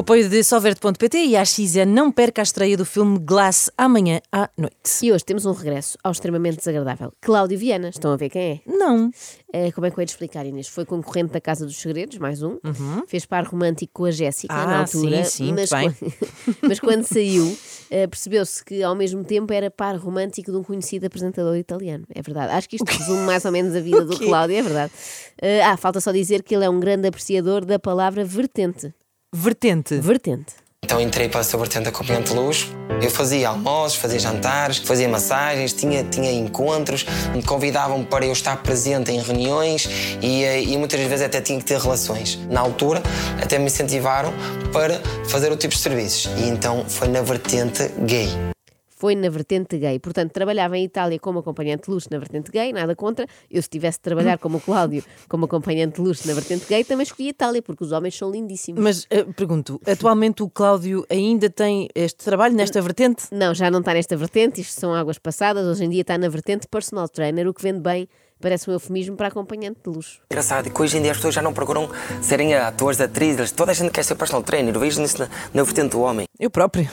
apoio de solverde.pt e a XN não perca a estreia do filme Glass amanhã à noite. E hoje temos um regresso ao extremamente desagradável. Cláudio Viana, estão a ver quem é? Não. Eh, como é que eu ia te explicar, Inês? Foi concorrente da Casa dos Segredos, mais um. Fez par romântico com a Jéssica Uhum. Ah, na altura. sim, sim, mas, muito quan- mas quando saiu, eh, percebeu-se que ao mesmo tempo era par romântico de um conhecido apresentador italiano. É verdade. Acho que isto resume mais ou menos a vida do quê? Cláudio, é verdade. Eh, ah, falta só dizer que ele é um grande apreciador da palavra vertente. Vertente. Vertente. Então entrei para a sua vertente acompanhante de luxo. Eu fazia almoços, fazia jantares, fazia massagens, tinha, tinha encontros, me convidavam para eu estar presente em reuniões e, eh, e muitas vezes até tinha que ter relações. Na altura, até me incentivaram para fazer o tipo de serviços. E então foi na vertente gay. foi na vertente gay. Portanto, trabalhava em Itália como acompanhante de luxo na vertente gay, nada contra. Eu, se tivesse de trabalhar como o Cláudio, como acompanhante de luxo na vertente gay, também escolhi Itália, porque os homens são lindíssimos. Mas eh, pergunto, atualmente o Cláudio ainda tem este trabalho nesta vertente? Não, já não está nesta vertente, isto são águas passadas. Hoje em dia está na vertente personal trainer, o que vende bem, parece um eufemismo para acompanhante de luxo. Engraçado que hoje em dia as pessoas já não procuram serem atores, atrizes. Toda a gente quer ser personal trainer. Eu vejo isso na, na vertente do homem. Eu próprio.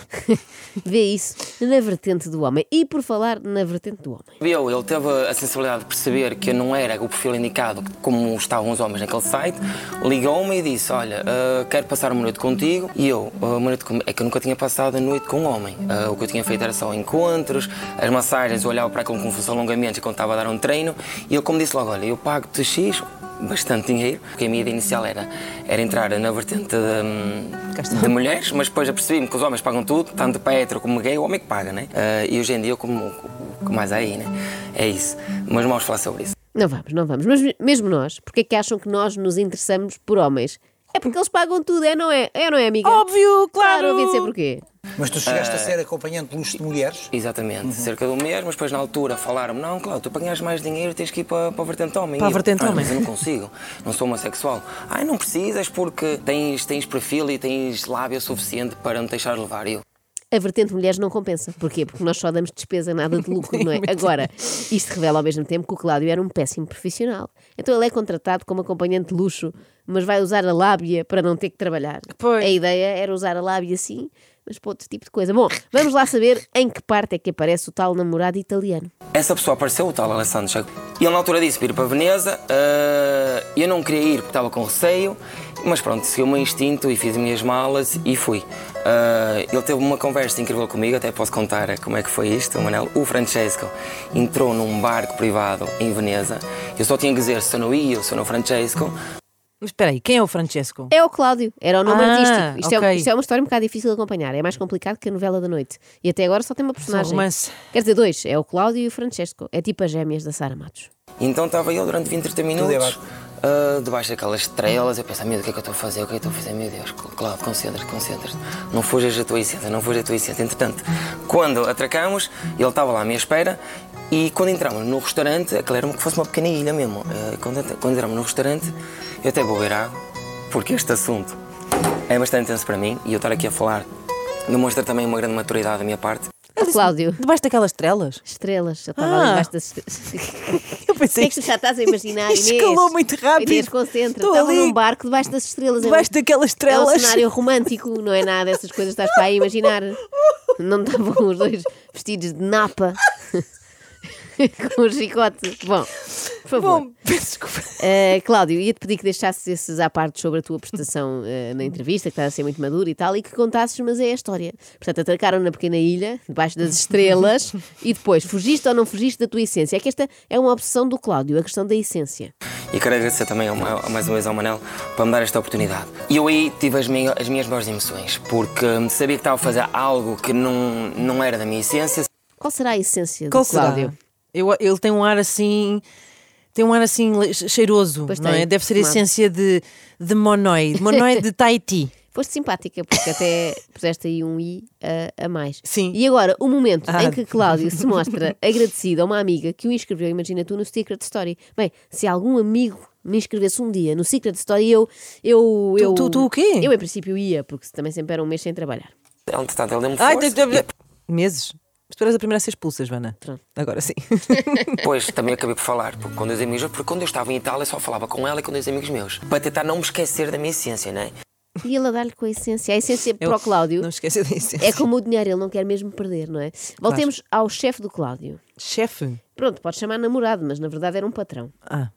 Vê isso na vertente do homem. E por falar na vertente do homem. Eu, ele teve a sensibilidade de perceber que eu não era o perfil indicado como estavam os homens naquele site, ligou-me e disse, olha, ah, quero passar uma noite contigo. E eu, ah, uma noite com... é que eu nunca tinha passado a noite com um homem. Ah, o que eu tinha feito era só encontros, as massagens, eu olhava para aquilo como se fosse alongamento quando estava a dar um treino. E ele, como disse logo, olha, eu pago-te X, bastante dinheiro, porque a minha ideia inicial era, era entrar na vertente de, de mulheres, mas depois apercebi-me que os homens pagam tudo, tanto para hétero como gay, o homem que paga, né? Ah, e hoje em dia, eu como o que mais há aí, né? É isso. Mas vamos falar sobre isso. Não vamos, não vamos. Mas mesmo nós, porque é que acham que nós nos interessamos por homens? É porque eles pagam tudo, é não é? É não é, amiga? Óbvio, claro. Claro, ouvi dizer porquê. Mas tu Ah, chegaste a ser acompanhante de luxo de mulheres? Uhum. Exatamente, cerca de um mês, mas depois na altura falaram-me: não, Cláudio, tu apanhas mais dinheiro tens que ir para, para a vertente homem. Para a E eu, vertente "Ah, homem." Mas eu não consigo, não sou homossexual. Ai, não precisas porque tens, tens perfil e tens lábia suficiente para não te deixar levar. E eu, a vertente mulheres não compensa. Porquê? Porque nós só damos despesa, nada de lucro, não é? Agora, isto revela ao mesmo tempo que o Cláudio era um péssimo profissional. Então ele é contratado como acompanhante de luxo, mas vai usar a lábia para não ter que trabalhar. Pois. A ideia era usar a lábia sim, mas para outro tipo de coisa. Bom, vamos lá saber em que parte é que aparece o tal namorado italiano. Essa pessoa apareceu, o tal Alessandro Chaco. E ele na altura disse para ir para Veneza. ah, eu não queria ir porque estava com receio, mas pronto, segui o meu instinto e fiz as minhas malas e fui. Ah, ele teve uma conversa incrível comigo, até posso contar como é que foi isto, Manel. O Francesco entrou num barco privado em Veneza. Eu só tinha que dizer se eu não ia ou se eu não Francesco. Mas espera aí, quem é o Francesco? É o Cláudio, era o nome Ah, artístico. Isto, é, ok. isto é uma história um bocado difícil de acompanhar, é mais complicado que a novela da noite. E até agora só tem uma personagem. romance. Quer dizer, dois, é o Cláudio e o Francesco. É tipo as gêmeas da Sara Matos. Então estava eu durante 20, 30 minutos. abaixo. ah, debaixo daquelas estrelas, eu pensava, meu Deus, o que é que eu estou a fazer? O que é que eu estou a fazer? Meu Deus, Cláudio, concentra-te, concentra-te. Não fujas da tua essência, não fujas da tua essência. Entretanto, quando atracamos, ele estava lá à minha espera e quando entramos no restaurante, aquela era como que fosse uma pequena ilha mesmo. Ah, quando, entra- quando entramos no restaurante, eu até vou beber água, porque este assunto é bastante intenso para mim e eu estar aqui a falar demonstra também uma grande maturidade da minha parte. É O Cláudio. Debaixo daquelas estrelas? Estrelas, eu estava Ah. ali embaixo das estrelas. Eu O que pensei é que tu já estás a imaginar? Inês? Escalou muito rápido. Inês, concentra. Estou Estava ali. num barco debaixo das estrelas. É um- Debaixo daquelas É um estrelas. cenário romântico, não é nada dessas coisas que estás para aí imaginar. Não estavam os dois vestidos de napa com um chicote. Bom, por favor. Bom, peço desculpa. Uh, Cláudio, ia-te pedir que deixasses esses à parte sobre a tua prestação uh, na entrevista, que estás a ser muito madura e tal, e que contasses, mas é a história. Portanto, atracaram na pequena ilha, debaixo das estrelas, e depois, fugiste ou não fugiste da tua essência? É que esta é uma obsessão do Cláudio, a questão da essência. E quero agradecer também ao, Ma- mais uma vez ao Manel para me dar esta oportunidade. E eu aí tive as, mi- as minhas maiores emoções, porque hum, sabia que estava a fazer algo que não, não era da minha essência. Qual será a essência Qual do será? Cláudio? Eu- ele tem um ar assim. Tem um ar assim le- cheiroso, Pois não tem, é? Deve ser a fumado. essência de, de Monoi. Monoi de Tahiti. Foste simpática, porque até puseste aí um i a, a mais. Sim. E agora, o momento Ah. em que Cláudio se mostra agradecido a uma amiga que o inscreveu, imagina tu, no Secret Story. Bem, se algum amigo me inscrevesse um dia no Secret Story, eu. eu, eu tu- tu o quê? Eu, em princípio, ia, porque também sempre era um mês sem trabalhar. Ele, Entretanto, ele deu-me Ai, força. tem- tem- E Meses. Mas tu eras a primeira a ser expulsa, Joana. Pronto. Agora sim. depois também acabei por falar porque, com dois amigos, porque quando eu estava em Itália só falava com ela e com dois amigos meus, para tentar não me esquecer da minha essência, né? E ele a dar-lhe com a essência. A essência para o Cláudio Não esqueça disso. é como o dinheiro, ele não quer mesmo perder, não é? Voltemos ao chefe do Cláudio. Chefe. Pronto, pode chamar namorado, mas na verdade era um patrão. Ah.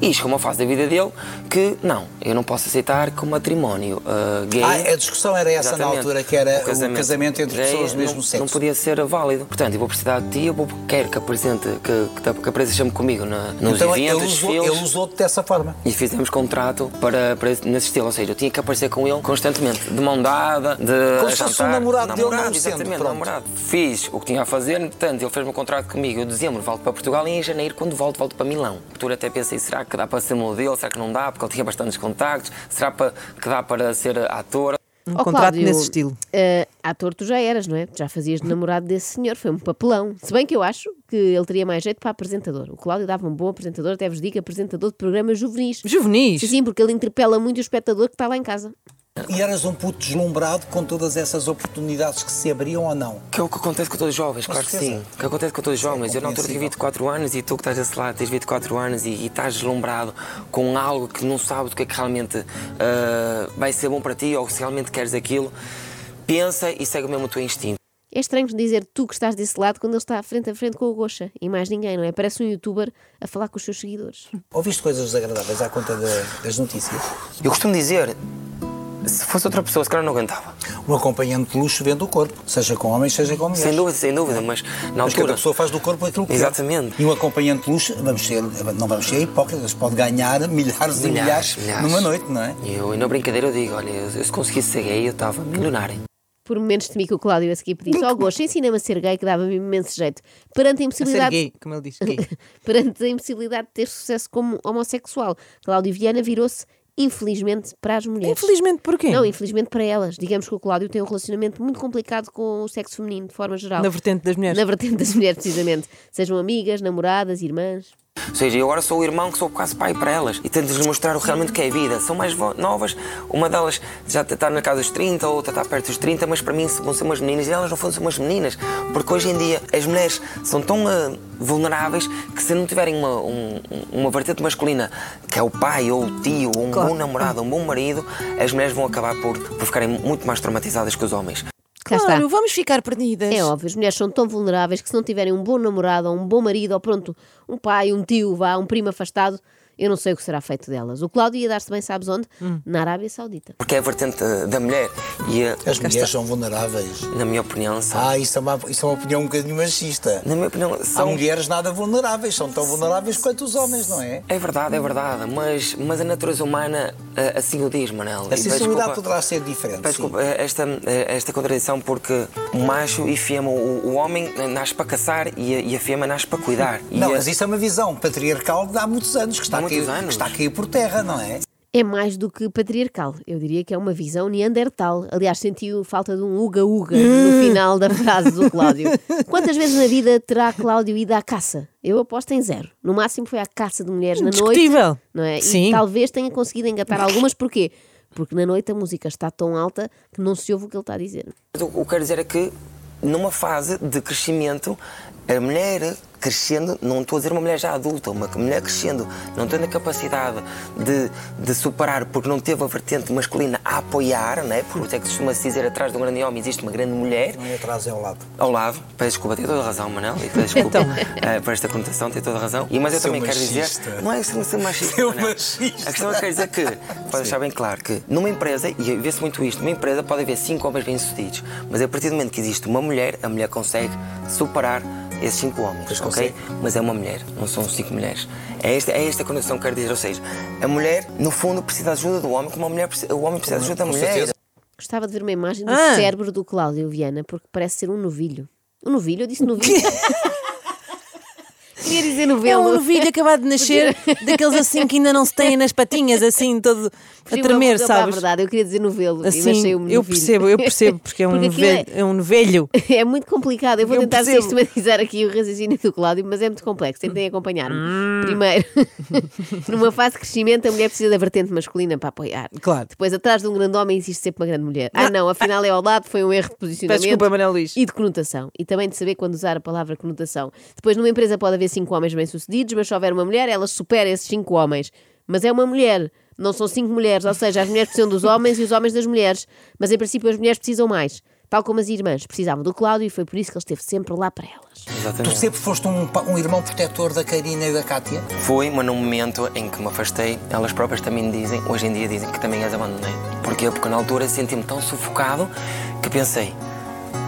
E chegou uma fase da vida dele que, não, eu não posso aceitar que o matrimónio ah, gay. Ah, a discussão era essa na Exatamente. altura, que era o casamento, entre gay pessoas do mesmo não, sexo. Não podia ser válido. Portanto, eu vou precisar de ti, eu vou, quero que apresente, que, que, que apareças comigo na, nos então ele eventos, usou- filmes. ele usou-te dessa forma. E fizemos contrato para, para nesse estilo, ou seja, eu tinha que aparecer com ele constantemente, de mão dada, de. Como se fosse um namorado dele, não o sendo, exatamente, pronto. namorado. Fiz o que tinha a fazer, portanto, ele fez-me um contrato comigo. Em dezembro volto para Portugal e em janeiro, quando volto, volto para Milão. Por até pensei, será que dá para ser modelo? Será que não dá? Porque ele tinha bastantes contactos. Será pa- que dá para ser ator? Um Ó, contrato Oh, Cláudio, nesse estilo. eh, ator tu já eras, não é? Já fazias de namorado desse senhor, foi um papelão. Se bem que eu acho que ele teria mais jeito para apresentador. O Cláudio dava um bom apresentador, até vos digo, apresentador de programas juvenis. Juvenis. Sim, porque ele interpela muito o espectador que está lá em casa. E eras um puto deslumbrado com todas essas oportunidades que se abriam ou não? Que é o que acontece com todos os jovens, claro que certeza. é sim. O que acontece com todos os jovens. Eu na altura tive 24 anos e tu que estás desse lado, tens 24 anos e, e estás deslumbrado com algo que não sabes o que é que realmente ah, vai ser bom para ti ou se realmente queres aquilo. Pensa e segue mesmo o teu instinto. É estranho dizer tu que estás desse lado quando ele está frente a frente com o Gocha e mais ninguém, não é? Parece um youtuber a falar com os seus seguidores. Ouviste coisas desagradáveis à conta da- das notícias? Eu costumo dizer, se fosse outra pessoa, se calhar não aguentava. Um acompanhante de luxo vende o corpo, seja com homens, seja com mulheres. Sem dúvida, sem dúvida, mas na Mas cada altura. pessoa faz do corpo aquilo que quer. Exatamente. E um acompanhante de luxo, vamos ser, não vamos ser hipócritas, pode ganhar milhares, e milhares, numa noite, não é? E eu, e na brincadeira, eu digo: olha, eu, eu se conseguisse ser gay, eu estava milionário. Por momentos temi que o Cláudio a seguir pedisse ao Gocha, ensina-me a ser gay, que dava-me imenso jeito. Perante a A ser impossibilidade é gay, como ele diz. Gay. Perante a impossibilidade de ter sucesso como homossexual, Cláudio Viana virou-se, infelizmente, para as mulheres. Infelizmente, porquê? Não, infelizmente para elas. Digamos que o Cláudio tem um relacionamento muito complicado com o sexo feminino, de forma geral. Na vertente das mulheres. Na vertente das mulheres, precisamente. Sejam amigas, namoradas, irmãs. Ou seja, eu agora sou o irmão que sou quase pai para elas e tento-lhes mostrar o realmente que é a vida. São mais vo- novas, uma delas já está na casa dos 30, a outra está perto dos 30, mas para mim vão ser umas meninas e elas não vão ser umas meninas, porque hoje em dia as mulheres são tão ah, vulneráveis que se não tiverem uma, um- uma vertente masculina, que é o pai ou o tio, ou um Claro. bom namorado, um bom marido, as mulheres vão acabar por, por ficarem muito mais traumatizadas que os homens. Cá está. Claro, vamos ficar perdidas. É óbvio, as mulheres são tão vulneráveis que se não tiverem um bom namorado, ou um bom marido, ou pronto, um pai, um tio, vá, um primo afastado, eu não sei o que será feito delas. O Cláudio ia dar-se bem, sabes onde? Hum. Na Arábia Saudita. Porque é a vertente ah, da mulher e, ah, As mulheres são vulneráveis. na minha opinião, são. Ah, isso é uma, isso é uma opinião um bocadinho machista. Na minha opinião, Há um são mulheres nada vulneráveis, são tão vulneráveis quanto os homens, não é? É verdade, é verdade, mas, mas a natureza humana eh, assim o diz, Manel. E A peço sensibilidade desculpa- poderá ser diferente. Peço sim. desculpa, eh, esta, eh, esta contradição, porque o macho e fêmea, o, o homem eh, nasce para caçar e a, e a fêmea nasce para cuidar. E Não, a- mas isso é uma visão patriarcal de há muitos anos que está, Há muitos a, cair, anos. que está a cair por terra, não é? É mais do que patriarcal. Eu diria que é uma visão neandertal. Aliás, senti falta de um uga-uga no final da frase do Cláudio. Quantas vezes na vida terá Cláudio ido à caça? Eu aposto em zero. No máximo foi à caça de mulheres na noite. Indiscutível. Não é? E Sim. talvez tenha conseguido engatar algumas. Porquê? Porque na noite a música está tão alta que não se ouve o que ele está a dizer. Mas O o que quero dizer é que, numa fase de crescimento, a mulher crescendo, não estou a dizer uma mulher já adulta, uma mulher crescendo, não tendo a capacidade de, de superar porque não teve a vertente masculina a apoiar, né? porque é que costuma-se dizer atrás de um grande homem existe uma grande mulher, Não é atrás, é ao lado. Ao lado, peço desculpa, tem toda a razão, Manel, e peço desculpa eh, por esta conotação, tem toda a razão. E, mas eu Seu também quero machista. dizer, não é ser ser machista. Seu Manel. machista. A questão é que quero dizer que, para deixar bem claro, que numa empresa, e vê-se muito isto, numa empresa pode haver cinco homens bem-sucedidos, mas a partir do momento que existe uma mulher, a mulher consegue superar esses cinco homens, Pois ok? consegue. Mas é uma mulher, não são cinco mulheres. É esta, é esta a conotação que quero dizer, ou seja, a mulher, no fundo, precisa da ajuda do homem, como a mulher, precisa- o homem precisa da ajuda da Com mulher. certeza. Gostava de ver uma imagem do Ah. cérebro do Cláudio Viana, porque parece ser um novilho. Um novilho? Eu disse novilho. Queria dizer É novelo. um novilho acabado de nascer, daqueles assim que ainda não se têm nas patinhas, assim, todo a Prefiro tremer, uma pessoa para a sabes? verdade, eu queria dizer novelo. e Assim, deixei o eu novilho. percebo, eu percebo, porque é um, Porque aquilo novelho, é... um novelho. é, é muito complicado. Eu vou Eu tentar percebo. sistematizar aqui o raciocínio do Cláudio, mas é muito complexo. Tentem Hum. acompanhar-me. Primeiro, numa fase de crescimento, a mulher precisa da vertente masculina para apoiar. Claro. Depois, atrás de um grande homem, existe sempre uma grande mulher. Ah, não, afinal é ao lado, foi um erro de posicionamento. desculpa, Manuel Luís. E de conotação. E também de saber quando usar a palavra conotação. Depois, numa empresa pode haver cinco homens bem-sucedidos, mas se houver uma mulher, ela supera esses cinco homens. mas é uma mulher. Não são cinco mulheres, ou seja, as mulheres precisam dos homens e os homens das mulheres. Mas em princípio as mulheres precisam mais. Tal como as irmãs precisavam do Cláudio e foi por isso que ele esteve sempre lá para elas. Tu Exatamente. sempre foste um, pa- um irmão protetor da Karina e da Cátia? Foi, mas no momento em que me afastei, elas próprias também me dizem, hoje em dia dizem que também as abandonei. Porquê? Porque na altura senti-me tão sufocado que pensei,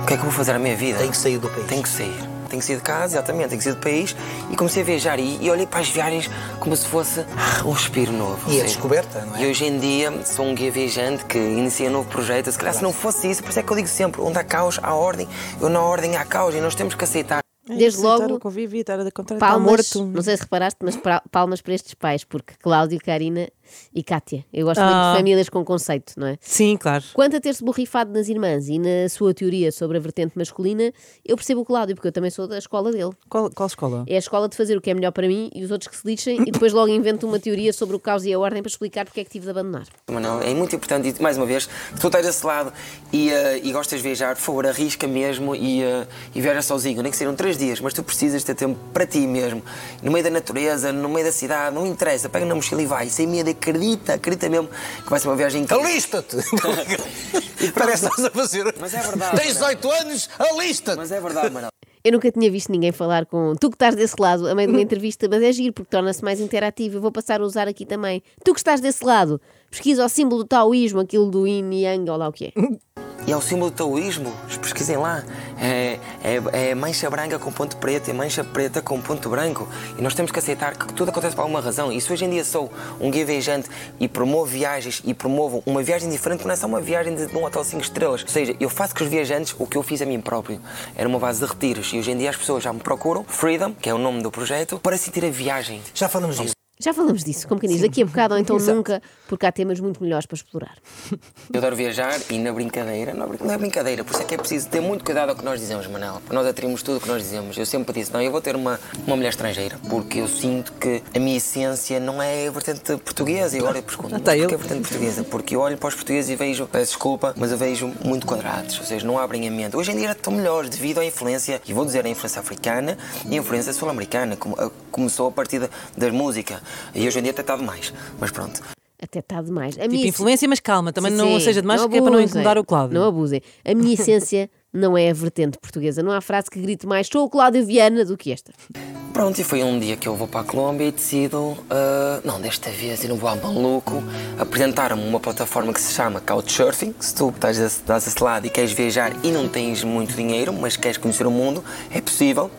o que é que eu vou fazer à minha vida? Tenho que sair do país. Tenho que sair. Tenho que sair de casa, exatamente, tenho que sair do país. E comecei a viajar e, e olhei para as viagens como se fosse ah, um respiro novo. E a Sim. descoberta, não é? E hoje em dia sou um guia viajante que inicia um novo projeto. Se calhar se não fosse isso, por isso é que eu digo sempre, onde há caos, há ordem. Eu na ordem há caos e nós temos que aceitar. É Desde Aceitar logo, então, o convívio e estar a contar está palmas, morto. não sei se reparaste, mas pra- palmas para estes pais, porque Cláudio, Karina e Kátia. Eu gosto muito Ah. de famílias com conceito, não é? Sim, claro. Quanto a ter-se borrifado nas irmãs e na sua teoria sobre a vertente masculina, eu percebo o Cláudio, porque eu também sou da escola dele. Qual, qual escola? É a escola de fazer o que é melhor para mim e os outros que se lixem e depois logo invento uma teoria sobre o caos e a ordem para explicar porque é que tive de abandonar. Manuel, é muito importante, e mais uma vez, se tu estás desse lado e, eh, e gostas de viajar, por favor, arrisca mesmo e, eh, e viaja sozinho. Nem que sejam três dias, mas tu precisas ter tempo para ti mesmo. No meio da natureza, no meio da cidade, não interessa. Pega na mochila e vai. Sem medo, acredita, acredita mesmo que vai ser uma viagem incrível. Alista-te! Parece que estás a fazer. Mas é verdade, Tens não 18 anos, alista-te! Mas é verdade, Manuel. Eu nunca tinha visto ninguém falar com tu que estás desse lado a meio de uma entrevista, mas é giro porque torna-se mais interativo. Eu vou passar a usar aqui também. Tu que estás desse lado, pesquisa o símbolo do taoísmo, aquilo do yin e yang, ou lá o que é. E é o símbolo do taoísmo, pesquisem lá. É, é, é mancha branca com ponto preto e mancha preta com ponto branco. E nós temos que aceitar que tudo acontece por alguma razão. E se hoje em dia sou um guia viajante e promovo viagens e promovo uma viagem diferente, não é só uma viagem de, de um hotel 5 estrelas. Ou seja, eu faço com os viajantes o que eu fiz a mim próprio. Era uma base de retiros. E hoje em dia as pessoas já me procuram, Freedom, que é o nome do projeto, para sentir a viagem. Já falamos disso. Já falamos disso, como quem diz, daqui a bocado ou então nunca, porque há temas muito melhores para explorar. Eu adoro viajar e na brincadeira, não é brin- não é brincadeira, por isso é que é preciso ter muito cuidado ao que nós dizemos, Manel. Porque Nós atribuímos tudo o que nós dizemos. Eu sempre disse, não, eu vou ter uma, uma mulher estrangeira, porque eu sinto que a minha essência não é a vertente portuguesa. E agora eu pergunto, mas está porquê ele. é a vertente portuguesa? Porque eu olho para os portugueses e vejo, peço desculpa, mas eu vejo muito quadrados, ou seja, não abrem a mente. Hoje em dia já estão melhores devido à influência, e vou dizer a influência africana e a influência sul-americana, como, a- começou a partir da, da música. E hoje em dia até está demais, mas pronto. Até está demais. A Tipo, minha- influência, mas calma, também Sim, não sim, seja demais, que é para não abusem, incomodar o Cláudio. Não abusem. A minha essência não é a vertente portuguesa. Não há frase que grite mais sou o Cláudio Viana do que esta. Pronto, e foi um dia que eu vou para a Colômbia e decido, ah, não, desta vez eu não vou a maluco, apresentaram-me uma plataforma que se chama Couchsurfing, se tu estás desse, estás desse lado e queres viajar e não tens muito dinheiro, mas queres conhecer o mundo, é possível.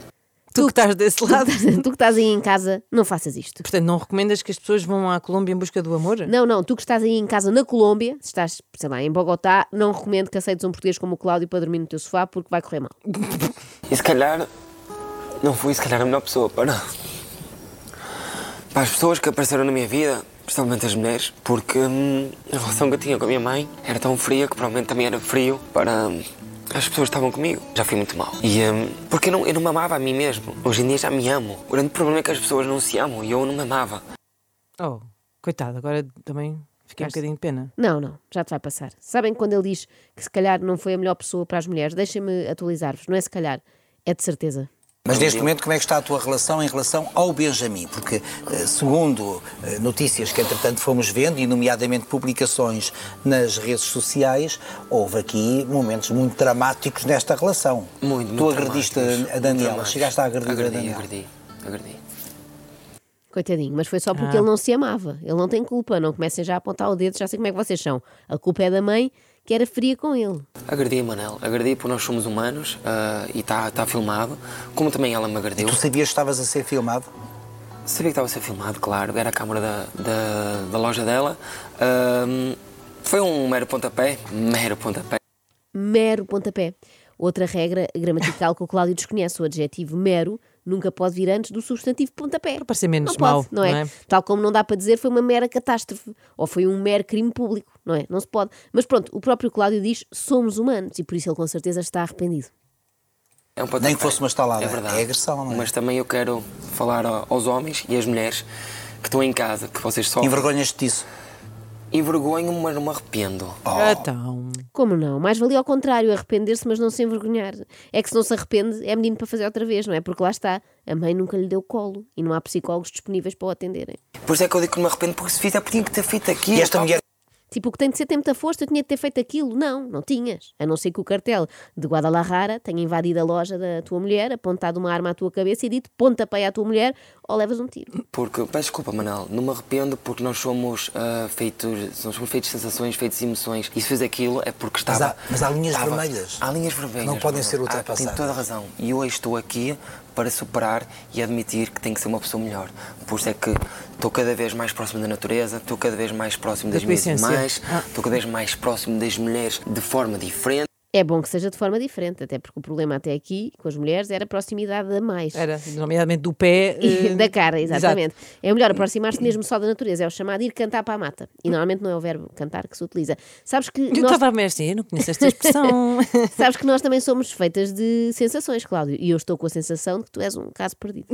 Tu que estás desse Tu lado. que estás- tu que estás aí em casa, não faças isto. Portanto, não recomendas que as pessoas vão à Colômbia em busca do amor? Não, não, tu que estás aí em casa na Colômbia, se estás, sei lá, em Bogotá, não recomendo que aceites um português como o Cláudio para dormir no teu sofá porque vai correr mal. E se calhar, não fui se calhar a melhor pessoa para, para as pessoas que apareceram na minha vida, principalmente as mulheres, porque hum, a relação que eu tinha com a minha mãe era tão fria que provavelmente também era frio para hum, as pessoas que estavam comigo. Já fui muito mal. E hum, porque eu não, eu não me amava a mim mesmo. Hoje em dia já me amo. O grande problema é que as pessoas não se amam e eu não me amava. Oh, coitado, agora também fiquei um Parece- bocadinho de pena. Não, não, já te vai passar. Sabem que quando ele diz que se calhar não foi a melhor pessoa para as mulheres, deixem-me atualizar-vos, não é se calhar, é de certeza. Mas neste momento, como é que está a tua relação em relação ao Benjamin? Porque, eh, segundo eh, notícias que entretanto fomos vendo, e nomeadamente publicações nas redes sociais, houve aqui momentos muito dramáticos nesta relação. Muito, Tu muito agrediste dramáticos, a muito Daniela, dramáticos. chegaste a agredir a agredi, Daniela. agredi, agredi. Coitadinho, mas foi só porque Ah. ele não se amava. Ele não tem culpa, não comecem já a apontar o dedo, já sei como é que vocês são. A culpa é da mãe que era fria com ele. Agredi, Manel. Agredi porque nós somos humanos ah, e está tá filmado. Como também ela me agrediu. Tu sabias que estavas a ser filmado? Sabia que estava a ser filmado, claro, era a câmara da, da, da loja dela. Ahm, foi um mero pontapé, mero pontapé. Mero pontapé. Outra regra gramatical que o Cláudio desconhece, o adjetivo mero nunca pode vir antes do substantivo pontapé. Para parecer menos não pode, mau, não, é? não é? Tal como não dá para dizer foi uma mera catástrofe ou foi um mero crime público, não é? Não se pode. Mas pronto, o próprio Cláudio diz somos humanos e por isso ele com certeza está arrependido. É um pontapé. Nem que fosse uma estalada. É verdade. É agressão, não é? Mas também eu quero falar a- aos homens e às mulheres que estão em casa, que vocês sofrem. Envergonhas-te disso? envergonho-me, mas não me arrependo. Então. Como não? Mais valia ao contrário, arrepender-se, mas não se envergonhar. É que se não se arrepende, é menino para fazer outra vez, não é? Porque lá está, a mãe nunca lhe deu colo e não há psicólogos disponíveis para o atenderem. Por isso é que eu digo que não me arrependo, porque se fiz é porque tinha que ter feito aqui. E esta mulher Tipo, o que tem de ser tem muita força, eu tinha de ter feito aquilo. Não, não tinhas. A não ser que o cartel de Guadalajara tenha invadido a loja da tua mulher, apontado uma arma à tua cabeça e dito pontapéia à tua mulher ou levas um tiro. Porque, peço desculpa, Manel, não me arrependo porque nós somos ah, feitos, nós somos feitos de sensações, feitos de emoções. E se fiz aquilo é porque estava. Mas há- mas há linhas vermelhas. Há linhas vermelhas. Não podem Manel. ser Ah, ultrapassadas. Tem toda a razão. E hoje estou aqui para superar e admitir que tenho que ser uma pessoa melhor. Por isso é que estou cada vez mais próximo da natureza, estou cada vez mais próximo Da das minhas consciência. irmãs, Ah. estou cada vez mais próximo das mulheres de forma diferente. É bom que seja de forma diferente, até porque o problema até aqui com as mulheres era a proximidade a mais. Era, nomeadamente do pé. eh, E da cara, exato. exatamente. É melhor aproximar-se mesmo só da natureza. É o chamado ir cantar para a mata. E normalmente não é o verbo cantar que se utiliza. Sabes que. Eu nós- estava a me assim, eu não conheço esta expressão. Sabes que nós também somos feitas de sensações, Cláudio. E eu estou com a sensação de que tu és um caso perdido.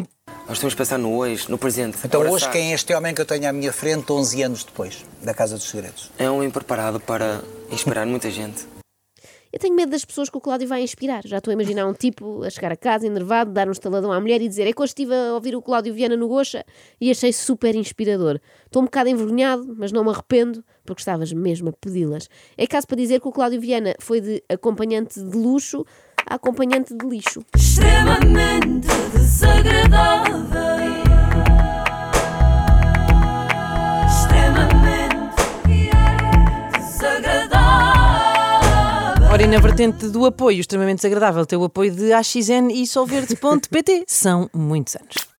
Nós estamos a pensar no hoje, no presente. Então hoje Abraçar. quem é este homem que eu tenho à minha frente 11 anos depois, da Casa dos Segredos? É um homem preparado para inspirar muita gente. Eu tenho medo das pessoas que o Cláudio vai inspirar. Já estou a imaginar um tipo a chegar a casa enervado, dar um estaladão à mulher e dizer: É que hoje estive a ouvir o Cláudio Viana no Gocha e achei super inspirador. Estou um bocado envergonhado, mas não me arrependo porque estavas mesmo a pedi-las. É caso para dizer que o Cláudio Viana foi de acompanhante de luxo a acompanhante de lixo. extremamente desagradável. Extremamente desagradável. Ora, e na vertente do apoio extremamente desagradável, ter o apoio de axn e solverde.pt são muitos anos.